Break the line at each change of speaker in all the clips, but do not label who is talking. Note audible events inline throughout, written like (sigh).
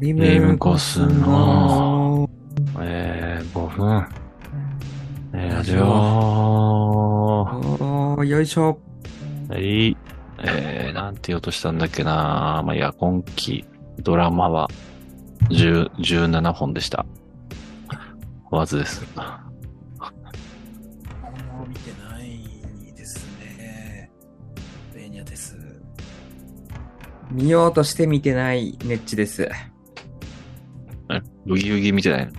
ビ
ビ
ム
ム
コ
コ
ス
ス
の
のえー、5分。えー、ラジオは
おーよいしょ。
い。えー、なんて言おうとしたんだっけなまあ、いや、今期ドラマは10 17本でした。わずです。
あんま見てないですね。ベーニャです。
見ようとして見てないネッチです。
えブギウギ見てないの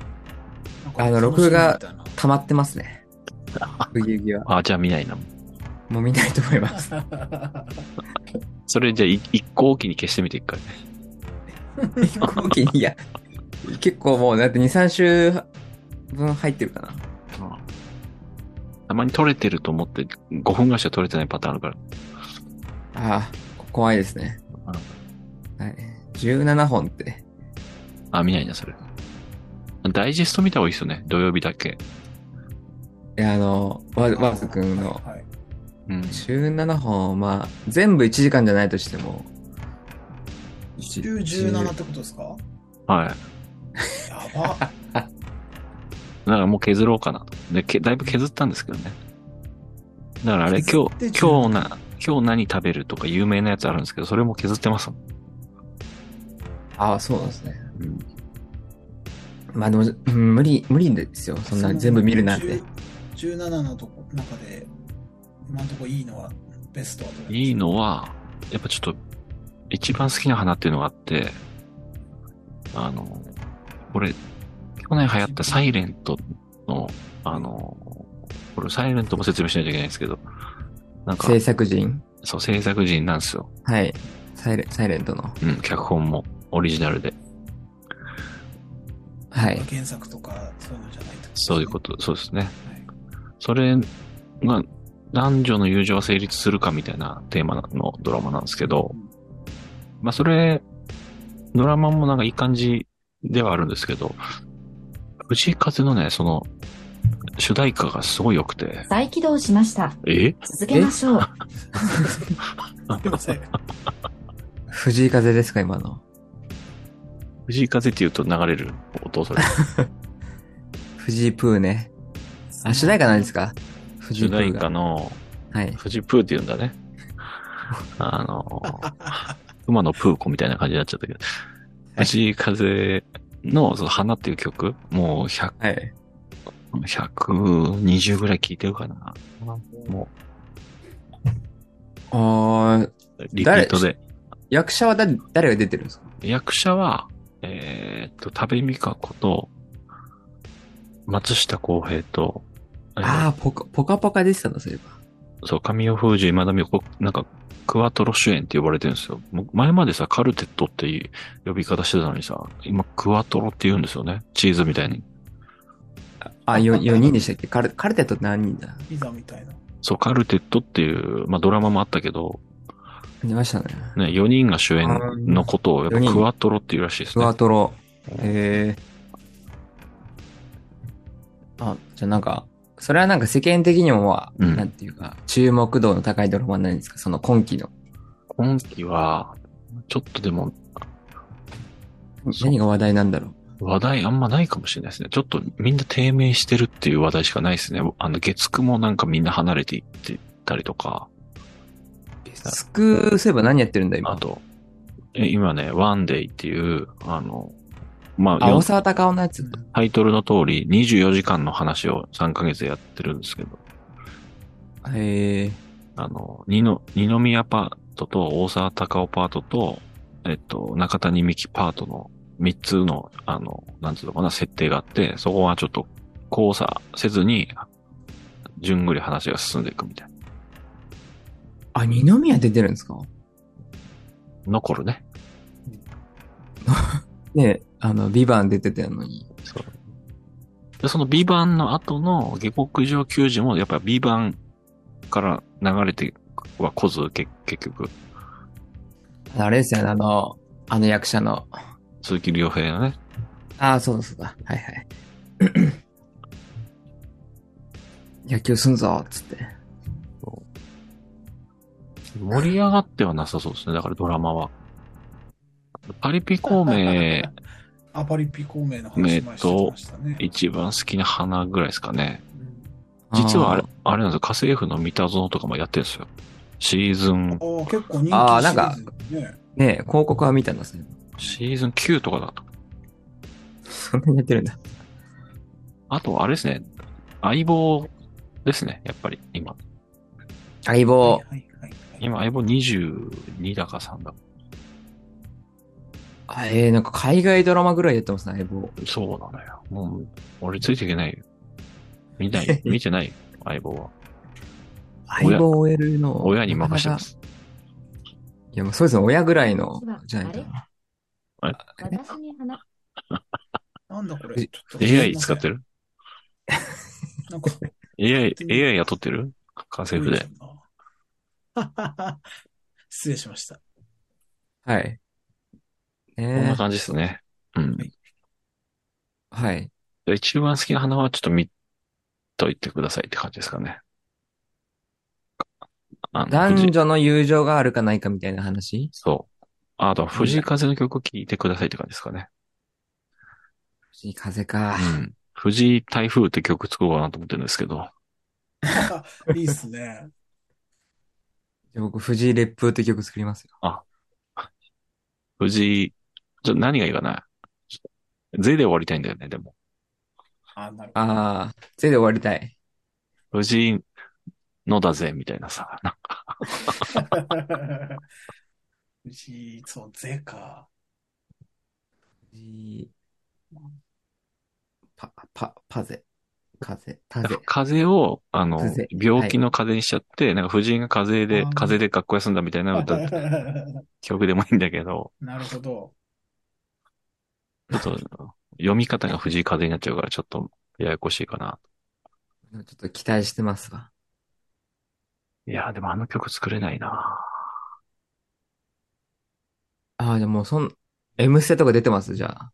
あの録画溜まってますね。ブギウギは。
あ、じゃあ見ないな。
もう見ないと思います。
それじゃあい一個おきに消してみて一回。
飛行機いや、結構もう、だって2、3週分入ってるかな。
たまに撮れてると思って5分ぐらいしか撮れてないパターンあるから。
ああ、怖いですね。はい。17本って。
あ、見ないな、それ。ダイジェスト見た方がいいですよね。土曜日だけ。
いや、あの、わ、わずくんの
はいはい
うん。
17本、まあ、全部1時間じゃないとしても、
週17ってことですか
はい。
やば。
だからもう削ろうかなと。で、けだいぶ削ったんですけどね。だからあれ、今
削っ
日、
て
今日な、今日何食べるとか有名なやつあるんですけど、それも削ってますもん。
ああ、そうなんですね。
うん
まあでも、うん無理、無理ですよ。 (laughs) そんな全部見るなんて。
十17のとこ中で、今のとこいいのは、ベストはどれ
いいのは、やっぱちょっと、一番好きな花っていうのがあって、あの、これ、去年流行ったサイレントの、あの、これサイレントも説明しないといけないんですけど、なんか、
制作人。
そう、制作人なんですよ。
はい。サイレサイレントの。
うん、脚本もオリジナルで。
はい。
原作とか、そういうのじゃないってことですね
そういうこと、そうですね。
はい
それが男女の友情は成立するかみたいなテーマのドラマなんですけど、まあそれ、ドラマもなんかいい感じではあるんですけど、藤井風のね、その、主題歌がすごい良くて、
再起動しました。
え
続けましょう。
すいません。
藤井風ですか、今の。
藤井風って言うと流れる音、それ。
藤井プーね。あ、主題歌なんですか藤井
主
プ
題
ーが。
歌の、
はい。
藤井プーって言うんだね。あの、馬のプーコみたいな感じになっちゃったけど、藤井風の、その花っていう曲、もう100
はい。
120ぐらい聞いてるかな。も
ああ、
う、リピートで。
役者はだ誰が出てるんですか
役者は、えーっと、多部未華子と、松下洸平と、えー
ああ、ポカ、ポカポカでしたの、そういえば。
そう、神尾風樹、今田美代子、なんか、クワトロ主演って呼ばれてるんですよ。もう前までさ、カルテットっていう呼び方してたのにさ、今、クワトロって言うんですよね。チーズみたいに。
あ、 (laughs) よ4人でしたっけカルカルテットって何人だ
ピザみたいな。
そう、カルテットっていう、まあ、ドラマもあったけど、
出ましたね。
ね、4人が主演のことを、やっぱ
四人
クワトロっていうらしいです
ク
ね
ワ。トロ。へえ。あ、じゃあなんか、それはなんか世間的にもまあ、
うん
なんていうか、注目度の高いドラマになるんですかその今期の。
今期は、ちょっとでも、そう
何が話題なんだろう
話題あんまないかもしれないですね。ちょっとみんな低迷してるっていう話題しかないですね。あの、月9もなんかみんな離れていってたりとか、
月9、そういえば何やってるんだ
あ
今。
と、え今ね、ワンデイっていう、あの、まあ、
あ、
よ
大
ん
沢たかおのやつ。
タイトルの通り24時間の話を3ヶ月でやってるんですけど、
へえ。
あの、二の二宮パートと大沢たかおパートと、えっと、中谷美紀パートの3つの、あの、なんつうのかな、設定があって、そこはちょっと交差せずに、じゅんぐり話が進んでいくみたい
あ、二宮出てるんですか
な。残るね。
ねあの、ビバン出てたのに。
そう。で、その B 版の後の下克上球児も、やっぱ B 版から流れては来ず、結結局、
あれですよね、あの、あの役者の。
鈴木亮平のね、
ああ、そうだそうだ。はいはい。 (clears throat) 野球すんぞ、つって。
盛り上がってはなさそうですね。だからドラマは。パリピ孔明
アパリピ孔明の話前してましたね。
一番好きな花ぐらいですか
(laughs)
ね。実はあれ、あれなんですよ。家政婦の三田園とかもやってるんですよ。シーズン、
うんああ、結構人気シリーズ、ね、
あーなんかねえ、広告は見たんですね。
シーズン9とかだと。
そんなにやってるんだ。
あと、あれですね。相棒ですね。やっぱり、今。
相
は
棒
い。はいはいはい、
今、相棒22だか3だか。
あえー、なんか海外ドラマぐらいやってますね、相棒。
そうなのよ。もう、俺ついていけないよ。見 (laughs) ない、見てないよ、相棒は。
相棒 OL の。
親に任してま。す。
いや、もうそうですね、親ぐらいの、じゃないと。
私に話
なんだこれ。ちょっと
AI 使って
る
る
なんか、
?AI、AI 雇ってる家政婦で。
な。 (laughs) 失礼しました。
はい。え
こんな
ー、
感じですね。うん。
はい。
一番好きな花はちょっと見といてくださいって感じですかね。あの
男
藤
女の友情があるかないかみたいな話
そう。ああとは藤井風の曲聴いてくださいって感じですかね。
藤井風か
う。ん。藤井台風って曲作ろうかなと思ってるんですけど。
いいっすね。
じゃあ僕、藤井烈風って曲作りますよ。
藤井、ちょっと何がいいかな。税で終わりたいんだよね、でも。
あ、なるほど。
あー、それで終わりたい。
藤井のだぜ、みたいなさ。なんか
うち、そう、税か。
藤井パ、パ、パゼ。風、タゼ。
風邪を、あの
風邪、
病気の風邪にしちゃって、なんか藤井が風邪で、
あー
風邪で学校休んだみたいな歌、曲でもいいんだけど。
(laughs) なるほど。
ちょっと、読み方が藤井風になっちゃうから、ちょっと、ややこしいかな。
ちょっと期待してますわ。
いやー、でもあの曲作れないな
ああ、でも、そん、M ステとか出てますじゃあ。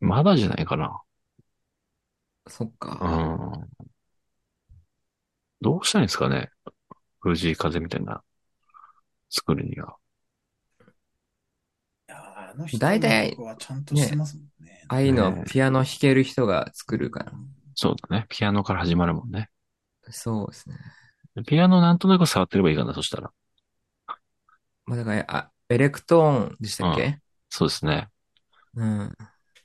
まだじゃないかな。
そっか。
うん。どうしたいんですかね藤井風みたいな、作るには。
いやーあの人
大体
の曲はちゃんとしてますもんね。
ああいうの
ね
ピアノ弾ける人が作るから。
そうだね。ピアノから始まるもんね。
そうですね。
ピアノなんとなく触ってればいいかな、そしたら。
まあ、だから、あ、エレクトーンでしたっけ
そうですね。
うん。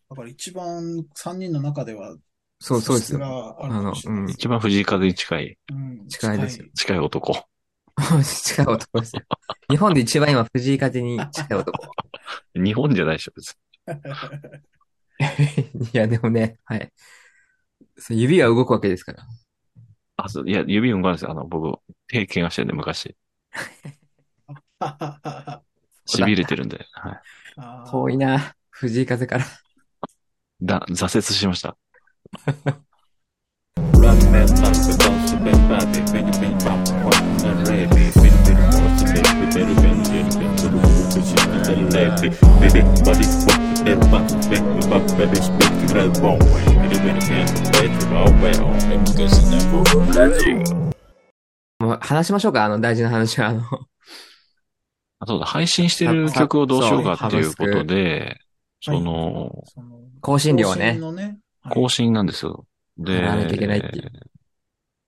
だから一番3人の中では、
そうそうです
素質
よ。
があるかもしれないです
一番藤井風に近い、
うん
近いですよ。
近い男。
(laughs) 近い男ですよ。日本で一番今、藤井風に近い
(laughs)
男。
日本じゃないでしょ、別に。
いや、でもね、はい。そう指が動くわけですから。
あ、そう、いや、指動かないですよ。あの、僕、手怪我してるんで、昔。
そうだ
痺れてるんで。はい。
遠い
な。
な。藤井風から。 (laughs)
だ、挫折しました。
もう話しましょうか、あの、大事な話は。あの、
あ、そうだ、配信してる曲をどうしようかっていうことで、
そう
その、
その
更新料を
更新
ね。
のね。はい
更新なんですよ。で、
やらなきゃいけないっていう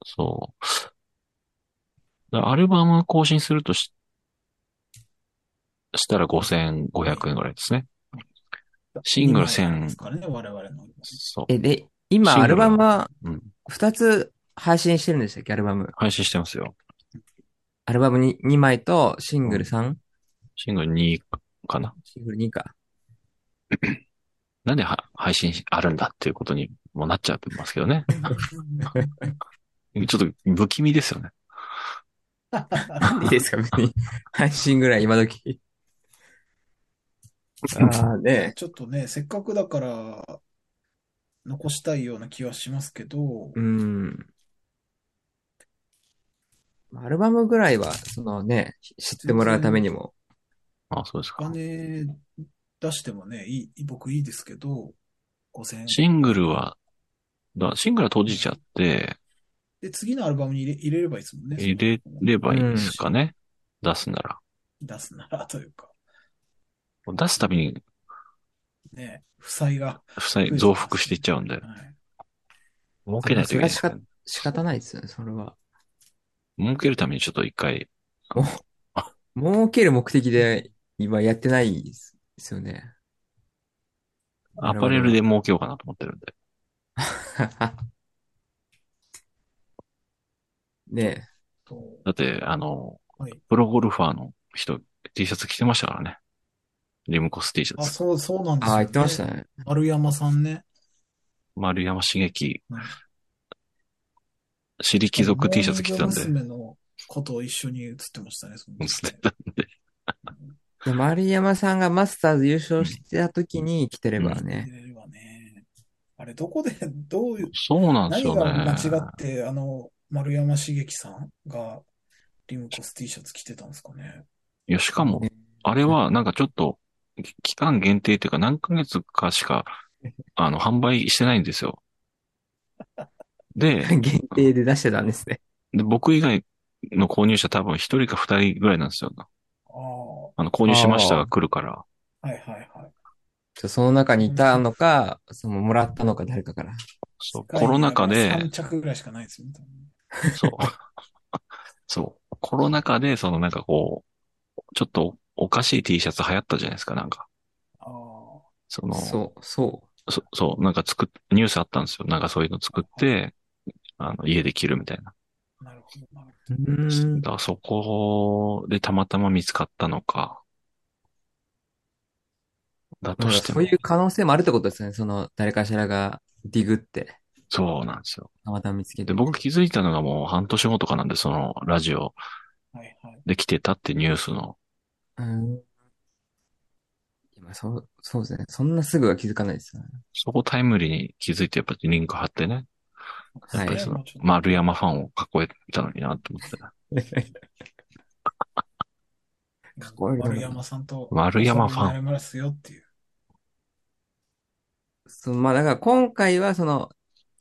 そう。だアルバム更新するとし、したら5500円ぐらいですね。シングル
今
1000
です、からね、我
(laughs)
々の。
そ
え、で、今、
シン
アル
グル
バムは
う。うん。
2つ配信してるんでしたっけ、アルバム。
配信してますよ。
アルバムに2枚と、シングル 3?
シングル2かな。
シングル2か。 (laughs)
なんでは配信あるんだっていうことにもなっちゃってますけどね。ちょっと不気味ですよね。
いいですか、別 (laughs) に。配信ぐらい、今時。あ (laughs) あ、ね。
ちょっとね、せっかくだから、残したいような気はしますけど、
うん。アルバムぐらいは、そのね、知ってもらうためにも。
あ、そうです
お
か。
金出してもね、いい、僕いいですけど、5000円。
シングルは、だシングルは閉じちゃって、
で、次のアルバムに入れ入れればいいですもんね。
入れればいいですかね。出すなら。
出すならというか。
出すたびに、
ね、負債が。
負債増幅していっちゃうんで、
はい
儲けないといけないですね、
仕方ないですよね、それは。
儲けるためにちょっと一回、
儲ける目的で今やってないですよね。 (laughs)
アパレルで儲けようかなと思ってるんで。
ね
と
だって、あの、
はい
プロゴルファーの人、T シャツ着てましたからね。リムコス T シャ
あ、
ツ。
そう、そうなん
え。
ですよ、
ああ、言ってました。ね。
丸山さんね。
丸山茂樹
うん、
尻貴族 T シャツ着てたんで。
娘の子と一緒に写ってましたね、その時
映ってたんで。
で丸山さんがマスターズ優勝してた時に来てればね。
見れればね。あれ、どこで、どういう、
そうなんです
何
よ
が
ね。
間違って、あの、丸山茂樹さんが、リムコス T シャツ着てたんですかね。
いや、しかも、あれは、なんかちょっと、き期間限定っていうか、何ヶ月かし
(laughs)
か、あの、販売してないんですよ。で、
限定で出してたんですね。
で僕以外の購入者多分一人か二人ぐらいなんですよ。
ああ、は
あの、購入しました
あ
が
ー
来るから。
いはいはい。
ちょその中にいたのか、そのもらったのか誰かから。
そう、コロナ禍
3
で、
着ぐらいしかないですよ、ね。
そう。 (laughs) そう、コロナ禍で、そのなんかこう、ちょっとおかしい T シャツ流行ったじゃないですか、なんか。
ああ、
その、
そう、そ
そそう、なんか作っ、ニュースあったんですよ。なんかそういうの作って、あの、家で着るみたいな。
なるほど、なる
う。う
だからそこでたまたま見つかったのか。だとして
そ
も
う、いう可能性もあるってことですね。その、誰かしらがディグって、
そうなんですよ。
たまたま見つけて。
で、僕気づいたのがもう半年後とかなんで、そのラジオ
ほど。はいはい。
で来てたってニュースの。
うん。今、そう、そうですね。そんなすぐは気づかないですよね。
そこタイムリーに気づいて、やっぱりリンク貼ってね。
はい
やっぱりそ
それはも
の
うちょっ、と
丸山ファンを囲えたのになと思って。
(laughs) かっこ悪いな
丸山さんと、
丸山ファン
丸山ですよっていう。
そう、まあ、だから今回は、その、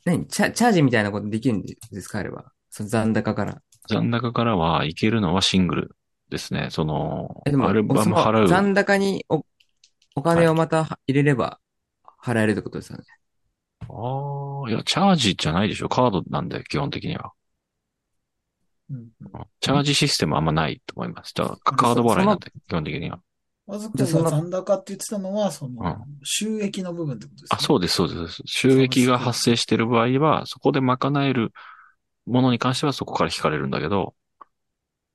何、チャ、チャージみたいなことできるんですかあれは。その残高から。
残高からはいけるのはシングルですね。その、
え、でも、
アルバ
そ
ム
の
払う。
残高にお、お金をまたは入れれば、払えるってことですよね。
ああ、いや、チャージじゃないでしょ。カードなんで、基本的には。
うんうん
チャージシステムあんまないと思います。だからカード払いなんで、基本的には。
わずくんが残高って言ってたのは、その
うん、
収益の部分ってことです
あ、
ね。
そうです、そうですそうです。収益が発生してる場合は、そこで賄えるものに関してはそこから引かれるんだけど、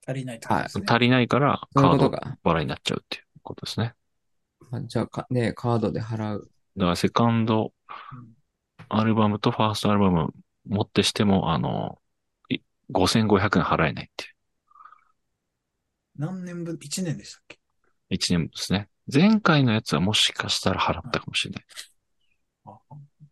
足りないってことですね。
足りないから
そういうこ
カ
と
ード
か。
払いになっちゃうっていうことですね。
まあ、じゃあか、ね、カードで払う。
だからセカンドアルバムとファーストアルバム持ってしても、あの、い5500円払えないって
何年分、1年でしたっけ
いう。1年分ですね。前回のやつはもしかしたら払ったかもしれない。
あ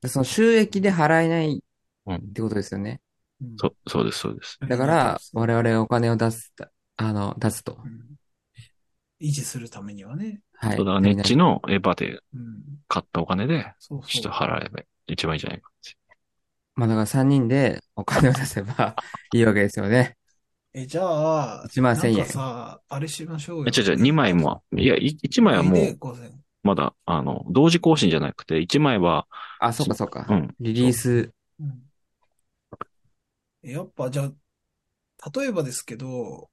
でその収益で払えない
うん
っ。てことですよね。
うん
そ、そうです、そうです。
だから、我々がお金を出す、あの、出すと
う。ん維持するためにはね。
はい。
そうだからネッチのエヴァで
うん。
買ったお金で、
そう
ちょっ
そ
と
う。
払えば一番いいんじゃないかっていう。
まあ、だから3人でお金を出せ
(laughs)
ばいいわけですよね。
え、じゃあ、
1万
な
1000
ん
円
かさ、あれしましょうよ。
え、違う違う、2枚も、いや、い1枚はも
これ
う
で、5000円
まだ、あの、同時更新じゃなくて、1枚は、
あ、そうかそうか。
うん。
リリース。
うんえやっぱ、じゃあ、例えばですけど、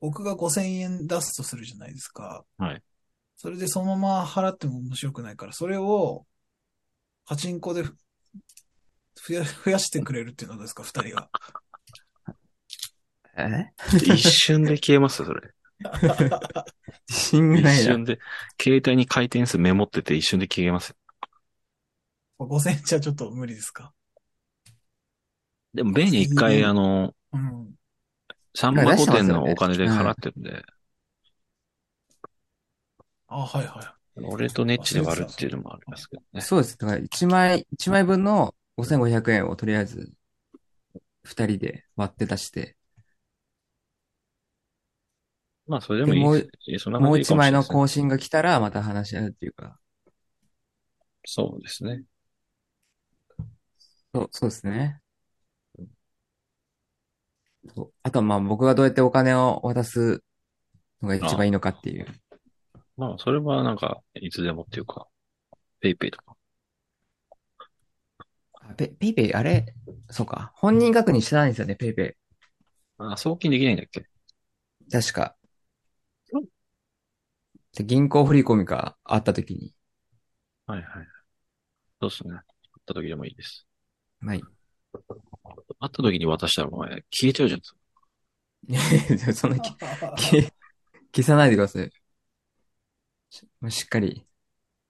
僕が5000円出すとするじゃないですか。
はい。
それでそのまま払っても面白くないから、それを、パチンコでふ増や増やしてくれるっていうのはどうですか、二人が。
え
一瞬で消えます
(laughs)
よ、それ。
自信が
一
ないな
瞬。で、携帯に回転数メモってて一瞬で消えますよ。
5000円じゃちょっと無理ですか。
でも、ベイに一
う
回、
ん
あの、
うん。
三箱店のお金で払ってるんで、
あ、はいはい。
俺とネッチで割るっていうのもありますけどね。
そうです。だから1枚、一枚分の5500円をとりあえず、2人で割って出して、
まあ、それでもいいですいや。そんな
も
感
う
じ
1
でいいかもし
枚
れない
の
ですね
更新が来たらまた話し合うっていうか。
そうですね。
そう、そうですね。そうあとはまあ僕がどうやってお金を渡すのが一番いいのかっていう。
まあ、それはなんか、いつでもっていうか、ペイペイとか。
あペペイペイ、あれそうか。本人確認してないんですよね、ペイペ
あ、送金できないんだっけ
イ。確か
うん。
で銀行振り込みがあったときに。
はいはい。そうですね。会った時でもいいです。
はい。 (laughs)
会った時に渡したらお前消えちゃうじゃん。
いやいやそん (laughs) な、けけ消さないでください。ししっかり、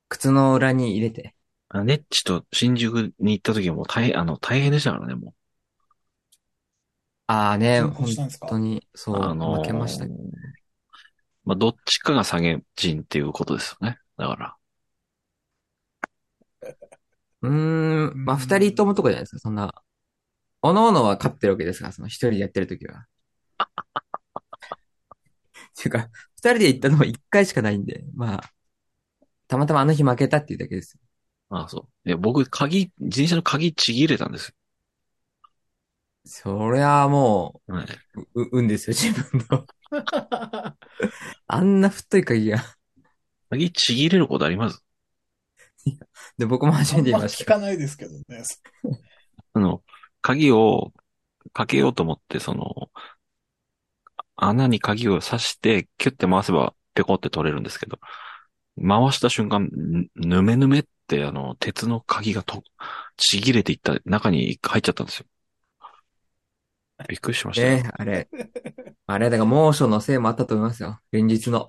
靴の裏に入れて。
あネッチと新宿に行った時はもう大変、あの、大変でしたからね、も。
ああね、
そう
本
したんですか
当に、そうう、
あのー
負けましたね。
まあ、どっちかが下げ人っていうことですよね。だから。
うーん、まあ、二人ともとかじゃないですか、そんな。おのおのは勝ってるわけですから、その一人でやってるとき
(laughs)
は。っていうか、二人で行ったのは一回しかないんで、まあ、たまたまあの日負けたっていうだけです。
ああそう。いや、僕、鍵、自転車の鍵ちぎれたんです
そりゃあも
よ。はい。
う、う、う運ですよ、自分の。 (laughs) あんな太い鍵が。
鍵ちぎれることあります
で、僕も初めて言い
あんま
まし
聞
た。
かないですけどね。
あの、鍵をかけようと思って、その、穴に鍵を刺して、キュッて回せば、ペコって取れるんですけど、回した瞬間、ぬぬめぬめって、あの、鉄の鍵がと、ちぎれていった、中に入っちゃったんですよ。びっくりしましたよ。
ね、あれ。あれ、だから猛暑のせいもあったと思いますよ。連日の。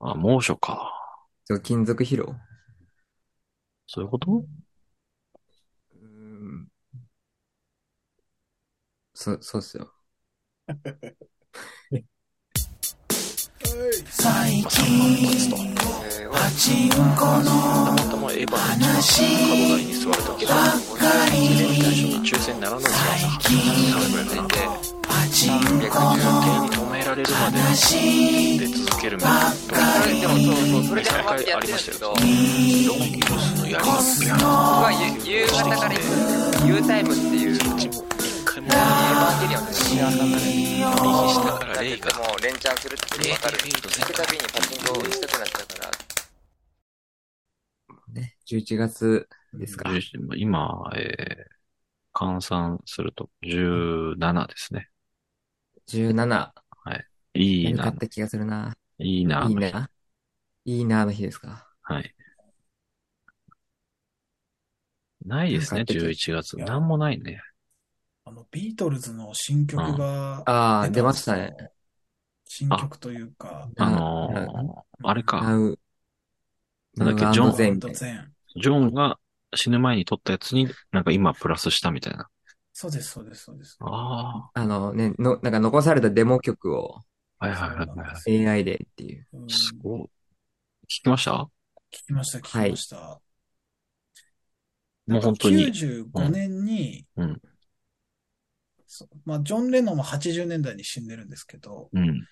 あ、猛暑か。
そう金属疲労。
そういうこと
うーんそ、そうっすよ。
最近パチンコの
たまたまエヴァの
話
角台に座れたけど、自然に対象の抽選にならないかな。で、
パチン
逆に手に止められるまで
話
で続けるみたいなことが
でもそうそう、それで
一
ハマって
回
や
あ
って
り
るん
ま
で
し
すけ
たよ。
ど、
ロンギブスのやり
コ
方
ス
僕
の
は夕夕方から行く U タイムっていう、エヴ
一回も
ァンゲリオンで知らされて、
右下からレイが、
もう連チャンするっていうの分かる。行くたびにパチンコしたくなっちゃうから、
ね、11月ですか。
今、えー、換算すると17ですね。
17。
いい
何かあ
な
っ、た気がするな。
いいな。
いいな。いいなの日ですか。
はい。ないですね、
なんか出て
11月。なんもないね。
あの、ビートルズの新曲が、
ああ、出ましたね。。
新曲というか、
あのーあれ
な
か、
う。
なんだっけジ
な
ョンあ
うゼみたいな。
前。
ジョンが死ぬ前に撮ったやつに、なんか今プラスしたみたいな。
そうです、そうです、そうです。
あ
あのね、の、なんか残されたデモ曲を
あ、はいはいはいはい。
AI でっていう。
うん
すごい。聞きました
聞きました、聞きました。
もう本当に。
95年に、
うん
そうまあ、ジョン・レノンも80年代に死んでるんですけど、
うん。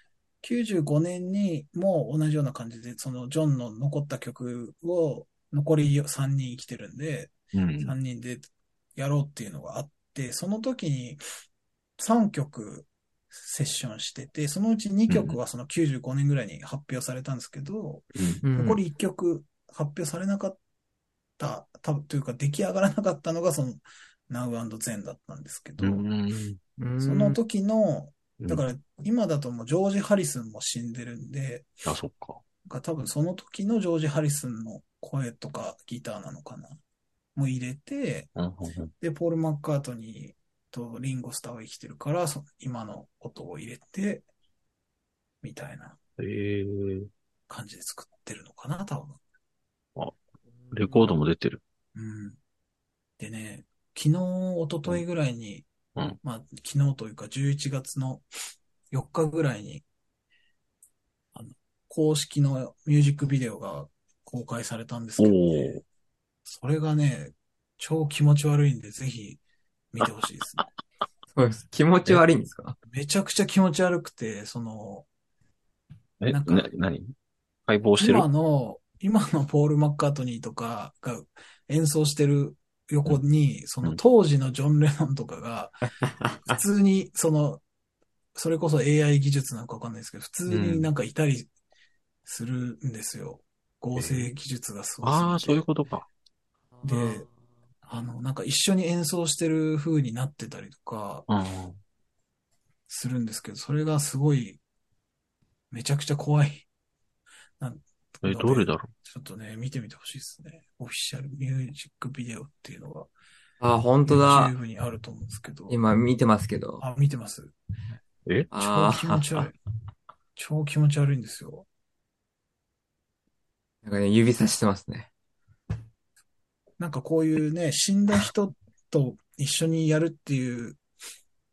95年にもう同じような感じで、そのジョンの残った曲を残り3人生きてるんで、
うん。
3人でやろうっていうのがあって、その時に3曲セッションしてて、そのうち2曲はその95年ぐらいに発表されたんですけど、
うん
残り1曲発表されなかった、たというか出来上がらなかったのがその Now Zen だったんですけど、
うん。
うん
その時の、
うん
だから今だともうジョージ・ハリスンも死んでるんで、
あ、そっか。
が多分その時のジョージ・ハリスンの声とかギターなのかな、も入れて、
うんうんうん
で、ポール・マッカートニーとリンゴ・スターは生きてるから、そ今の音を入れて、みたいな
えー、
感じで作ってるのかな、多分。
レコードも出てる。
うん。でね、昨日、一昨日ぐらいに、
うんうん
まあ、昨日というか11月の4日ぐらいに、あの、公式のミュージックビデオが公開されたんですけどね、
お
それがね、超気持ち悪いんで、ぜひ見てほしいですね。
そうです気持ち悪いんですか
めちゃくちゃ気持ち悪くて、その、
え、
な
なん
か
何解剖してる
今の、今のポール・マッカートニーとかが演奏してる横に、その当時のジョン・レノンとか
(laughs)
が、普通に、その、それこそ AI 技術なのかわかんないですけど、普通になんかいたりするんですよ。合成技術がすご
ああ、
すぎて
そういうことか。
で、あの、なんか一緒に演奏してる風になってたりとか
うん。
するんですけど、それがすごい、めちゃくちゃ怖い。なん
え、どれだろ
ちょっとね、見てみてほしいですね。オフィシャルミュージックビデオっていうのが、
あ、本当だ。
YouTube にあると思うんですけど。
今見てますけど。
あ、見てます。超
あ
気持ち
あ、
悪い。超気持ち悪いんですよ。
なんかね、指さしてますね。
なんかこういうね、死んだ人と一緒にやるっていう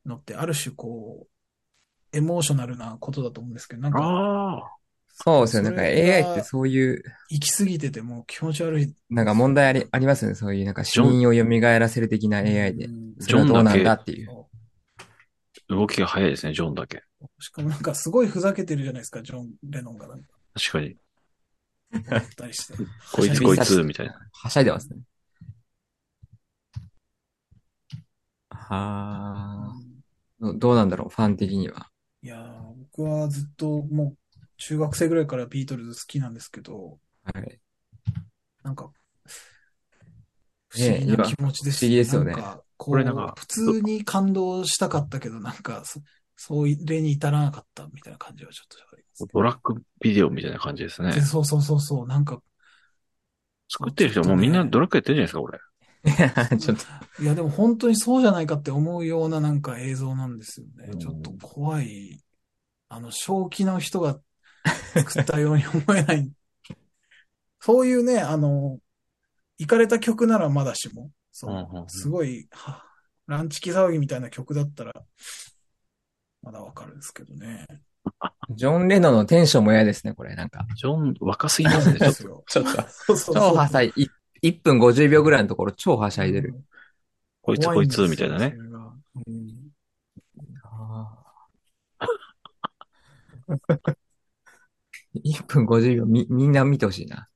のって、ある種こう、エモーショナルなことだと思うんですけど、なん
う。
か、
ああ。
そうですよね。
そ
なん
れ
か AI
が
ってそういう、
行き過ぎてても気持ち悪い。
なんか問題ありありますよね。そういう、なんか死因を蘇らせる的な AI で
う。ん
それはどうなんだっていう。
そ
動きが早いですね、ジョンだけ。
うしかもなんかすごいふざけてるじゃないですか、ジョン・レノンがなんか
確かに。
やった
(laughs)
りして。
こいつこいつ、みたいな。
はしゃいでますね。はあ。どうなんだろう、ファン的には。
いやー、僕はずっともう中学生ぐらいからビートルズ好きなんですけど、
はい。 (laughs)
なんか、不
ね
思
え
議な気持ちです。
不思議ですよね
なんか、こ
こ
う、
れなんか
普通に感動したかったけど、なんか、そそういれに至らなかったみたいな感じはちょっとありますね
ドラッグビデオみたいな感じですね
で。そうそうそうそう、なんか、
作ってる人もうみんなドラッグやってるじゃないですか、これ。
ちょっと、
いやでも本当にそうじゃないかって思うようななんか映像なんですよね
う。ん
ちょっと怖い。あの、正気の人が作ったように思えない。そういうね、あの、行かれた曲ならまだしも、その
うんうんうん
すごい、はランチキ騒ぎみたいな曲だったら、まだわかるんですけどね。
ジョン・レノンのテンションも嫌ですね、これ。なんか。
ジョン、若すぎます (laughs) ね、ち
で
ょっ
すよ。
ちょっと、
そうそうそう
超はしゃい、い1分50秒ぐらいのところ超はしゃいでる。。
こいつこいつ、みたいなね。
1分50秒、み、みんな見てほしいな。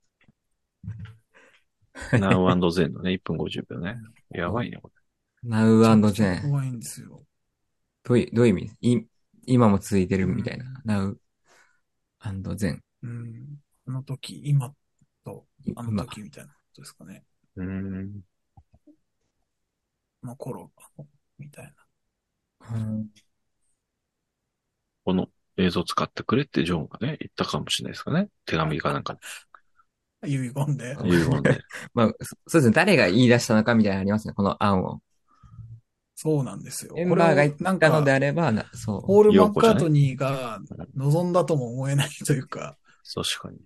Now Zen のね、1分50秒ね。やばいね、こ
Now
ワ
and
ン
Zen。
怖いんですよ。
どういう、どういう意味い今も続いてるみたいな。Now and Zen。
うん。あの時、今と、あの
今。
時みたいなことですかね。
れ。うん。
の頃、みたいな。
うん
この映像使ってくれってジョンがね、言ったかもしれないですかね。手紙かなんか、
遺言で。
言うもんで。
まあ、そそうですね。誰が言い出したのかみたいなのありますね。この案を。
そうなんですよ。
メンバーが言
な
っ
ん
たので
か、
あれば、なそ
ポール・マッカートニーが望んだとも思えないというか、
確かに。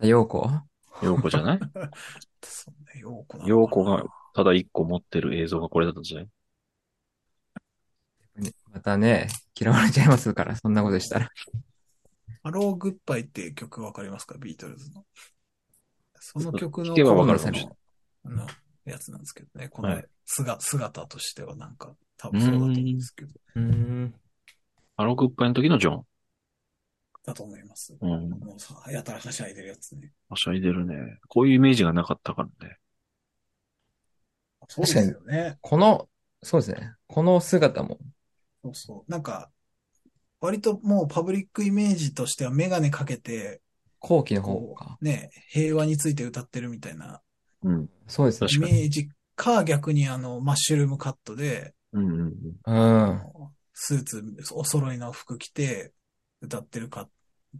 う。ようこ
陽子じゃ (laughs) ない
そんな陽子なのかな
陽子が、ただ一個持ってる映像がこれだったんじゃない
またね、嫌われちゃいますから、そんなことしたら。
ハロー・グッバイっていう曲わかりますかビートルズの。その曲の、
聞けばわ
かるかもしれ
ののやつなんですけどね。こ
は
の
い
姿、姿としてはなんか、多分そうだと思うんですけど、
うん。
ハローグッバイの時のジョン。
だと思います。
うん。
もうさ、やたらはしゃいでるやつね。
はしゃいでるね。こういうイメージがなかったからね。
そうですよね。
この、そうですね。この姿も、
そうそう。なんか、割ともうパブリックイメージとしてはメガネかけて、
後期の方
こ
か。
う、ね、平和について歌ってるみたいな
うん。
そうですね。
イ
確か
メ
に
ージか、逆にあの、マッシュルームカットで、
うんうんうん。
うん。
スーツ、お揃いの服着て歌ってるか、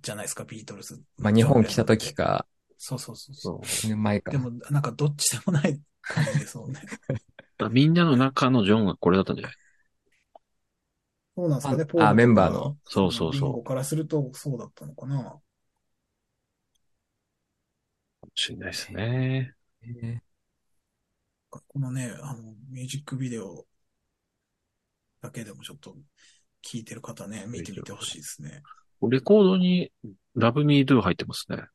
じゃないですか、ビートルズ。
まあ、日本来た時。か、
そうそうそうそう。
そ
2
う。
年前か
で。も、なんかどっちでもない感じですもんね。
だからみんなの中のジョンがこれだったんじゃない
(laughs) そうなんです (laughs) かね、
あ
ポールとか
メンバーの。
そうそうそう
ビンゴからするとそうだったのかな。
かもしれないですね。
え
このね、あの、ミュージックビデオだけでもちょっと聞いてる方ね、見てみてほしいですね。
レコードに Love Me Do 入ってますね。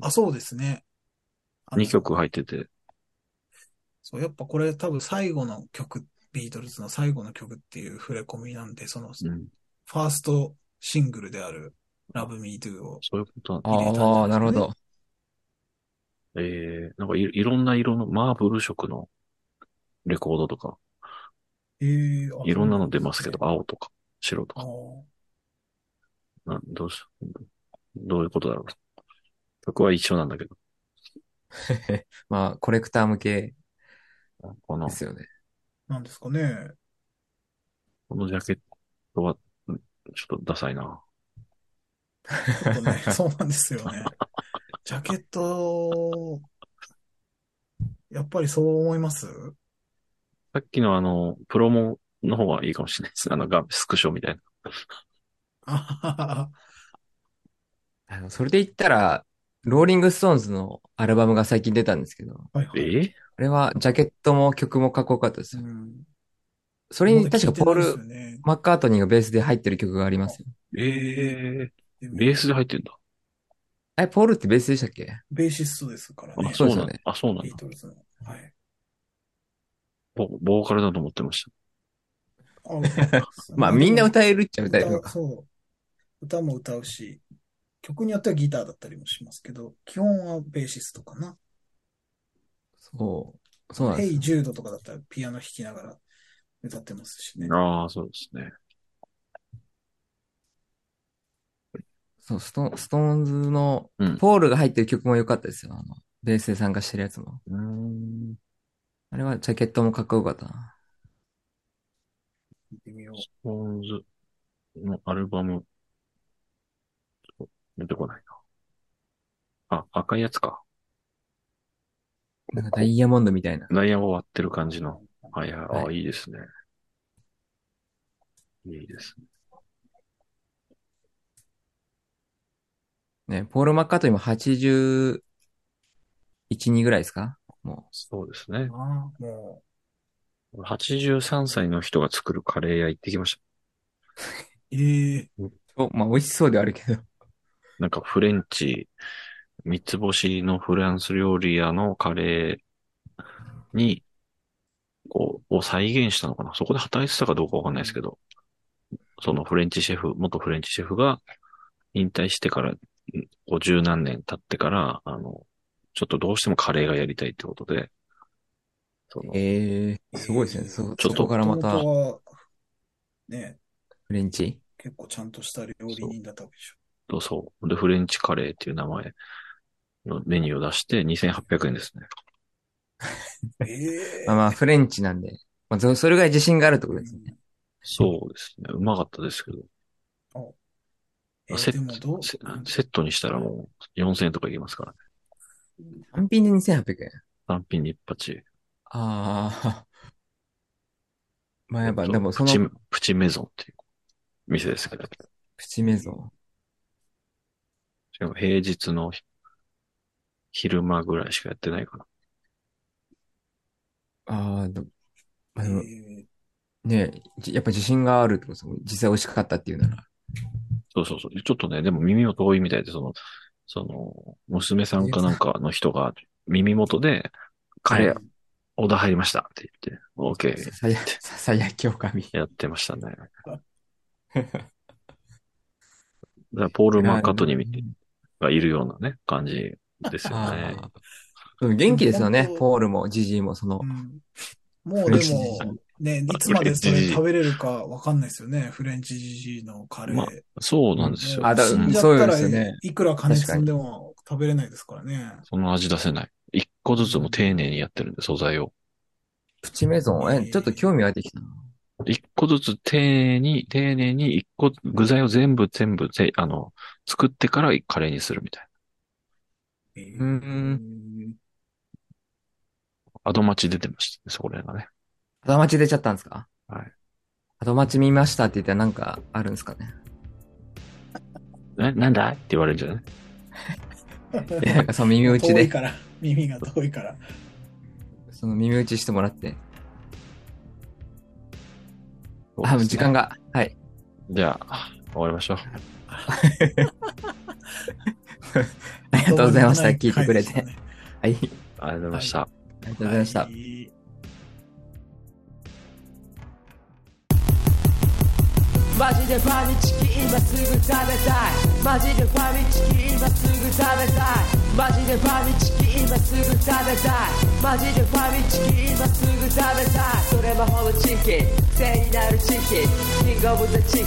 あ、そうですね。あの
2曲入ってて。
そう、やっぱこれ多分最後の曲、ビートルズの最後の曲っていう触れ込みなんで、その、フ
うん。
ァーストシングルである Love Me Do を、
そういうことなんだ。
入れたんじゃないですかね
ああ、なるほど。
えー、なんかいいろんな色のマーブル色のレコードとか、
えー、あ
いろんなの出ますけど、。青とか白と
あ
か。
ー
などうし、どういうことだろう。曲は一緒なんだけど。
まあ、コレクター向け
この
で、すよね。
なんですかね。
このジャケットは、うんちょっとダサいな。
ちょっとね、
(laughs)
そうなんですよね。ジャケット、やっぱりそう思い
(laughs)
ます
さっきのあの、プロモの方がいいかもしれないです。あの、がスクショみたいな。
あははは
あのそれで言ったら、ローリングストーンズのアルバムが最近出たんですけど、
はいはい。
え
あれはジャケットも曲もかっこよかったです
う
よ。
ん
それに確かポー
まだ聞いて
ル・
ないですよね
マッカートニーがベースで入ってる曲がありますよ。
え
でも
ベースで入ってんだ。
え、ポールってベースでしたっけ
ベーシストですから
あ、
ね。
そうです
な
よ
んだ
ね。
あ、そうなん
ビー
だ。
トルズの。はい。
ボボーカルだと思ってました。 (laughs)
あ
まあみんな歌えるっちゃ歌えるの
歌、
か。
そう。歌も歌うし、曲によってはギターだったりもしますけど、基本はベーシストかな。
そう。そうなん
ヘ
です
イ
よ。
ジュードとかだったらピアノ弾きながら歌ってますしね。
ああ、そうですね。
そう、ストストーンズの
うん、
ポールが入ってる曲も良かったですよ。あの、ベースで参加してるやつも。
うーん。
あれはジャケットもかっこよかったな。
聞いてみよ
スポーンズのアルバム、ちょっと出てこないな。あ、赤いやつか。
なんかダイヤモンドみたいな。
ダイヤを割ってる感じの。はいはい。あ
は
あ、いいですね。いいですね。
ね、ポール・マッカートニーも81、2ぐらいですかも
そうですね
う。かな。も
83歳の人が作るカレー屋行ってきまし
う、ええ
う。おまあ、美味しそうではあるけど。
た。なんかフレンチ、三つ星のフランス料理屋のカレーに、こう、を再現したのかな。そこで働いてたかどうかわかんないですけど、そのフレンチシェフ、元フレンチシェフが引退してから、こう十何年経ってから、あの、ちょっとどうしてもカレーがやりたいってことで、その、
ええすごいですね。そ、
ちょっと
そこからまた
元、々はね、
フレンチ
結構ちゃんとした料理人だったわけでしょ。
と、そう。で、フレンチカレーっていう名前のメニューを出して2800円ですね。
ええ
まあまあ、フレンチなんで。まあ、そそれぐらい自信があるってこと
う
です
ん
ね。
そうですね。うまかったですけど。
え
セ
でもどう
セセットにしたらもう4000円とかいきますからね。
単品で2800円。
単品に一発。
ああ。 (laughs) まあやっぱ、でもそ
プチ
の、
プチメゾンっていう店ですけど。
プチメゾン。
しかも平日のひ昼間ぐらいしかやってないかな。
ああ、でもまあでも
え
ねじやっぱ自信があるってことですよ実際美味しかったっていうなら。
そうそうそう。ちょっとね、でも耳も遠いみたいで、その、その、娘さんかなんかの人が耳元で、カレー、オーダー入りましたって言って、オーケー
ささや、ささやきおかみ。
やってましたね。だからポール・マーカートニーがいるようなね、感じですよね。
ああ。でも元気ですよね
本。当
ポールもジジイもその
う、んもうでも、ね、いつまでそれ食べれるかわかんないですよね。フレンチジジイのカレー。
まあそうなんですよ。
あだ
う
死
ん
んじゃっ
そう
た
で
ら
すよね
いくら金積んでも食べれないですからね。
その味出せない。一個ずつも丁寧にやってるんで、素材を。
プチメゾン。え、ちょっと興味湧いてきたな。
一個ずつ丁寧に、丁寧に一個、具材を全部全部ぜ、あの、作ってからカレーにするみたい
ん
な。アドマチ出てましたね、そこら辺がね。
後待ち出ちゃったんですか
はい。
後待ち見ましたって言ったらなんかあるんですかね。
な、なんだいって言われるんじゃない
なんかその耳打ち
(laughs) 遠い
で、
から、耳が遠いから。
その耳打ちしてもらって。
そ
あ、
うですね
時間が。はい。
じゃあ、終わりましょう。
ありがとうございました。聞いてくれて。
は
は
い
い。あり
ありがとうございました。
がとうございました。
マジでファミチキ今すぐ食べたいマジでファミチキ今すぐ食べたいマジでファミチキ今すぐ食べたいマジでファミチキ今すぐ食べたいそれ魔法のチキン癖になるチキンキングオブザチキン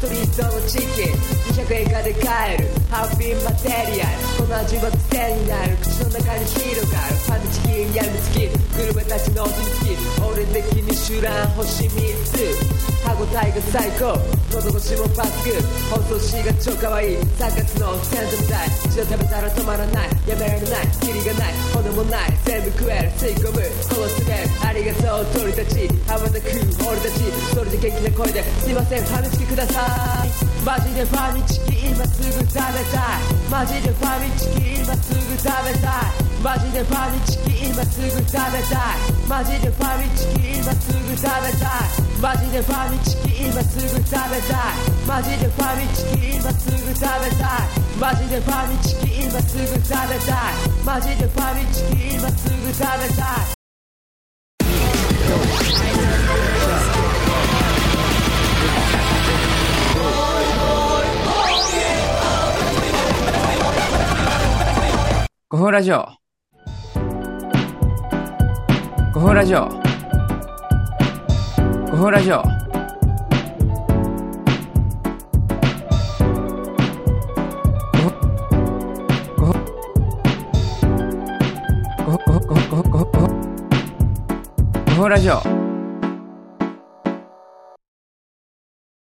トリートのチキン200円以下で買えるハッピーマテリアルこの味は癖になる口の中に広がるファミチキンやみつきグルメたちのお墨付き俺的にシュラン星3つ歯ごたえが最高喉越しも抜群包装紙が超可愛いサカスのセントみたい一度食べたら止まらないやめられないキリがない骨もない全部食える吸い込むこのすべありがとう鳥たち羽ばたく俺たちそれで元気な声ですいませんファミチキくださいマジでファミチキ今すぐ食べたいマジでファミチキ今すぐ食べたいマジでファミチキ今すぐ食べたいマジでファミチキ今すぐ食べたいマジでファミチキ今すぐ食べたいマジでファミチキ今すぐ食べたいマジでファミチキ今すぐ食べたいマジでファミチキ今すぐ食べたい
古風ラジオ。古風ラジオ。古風ラジオ。古風ラジオ。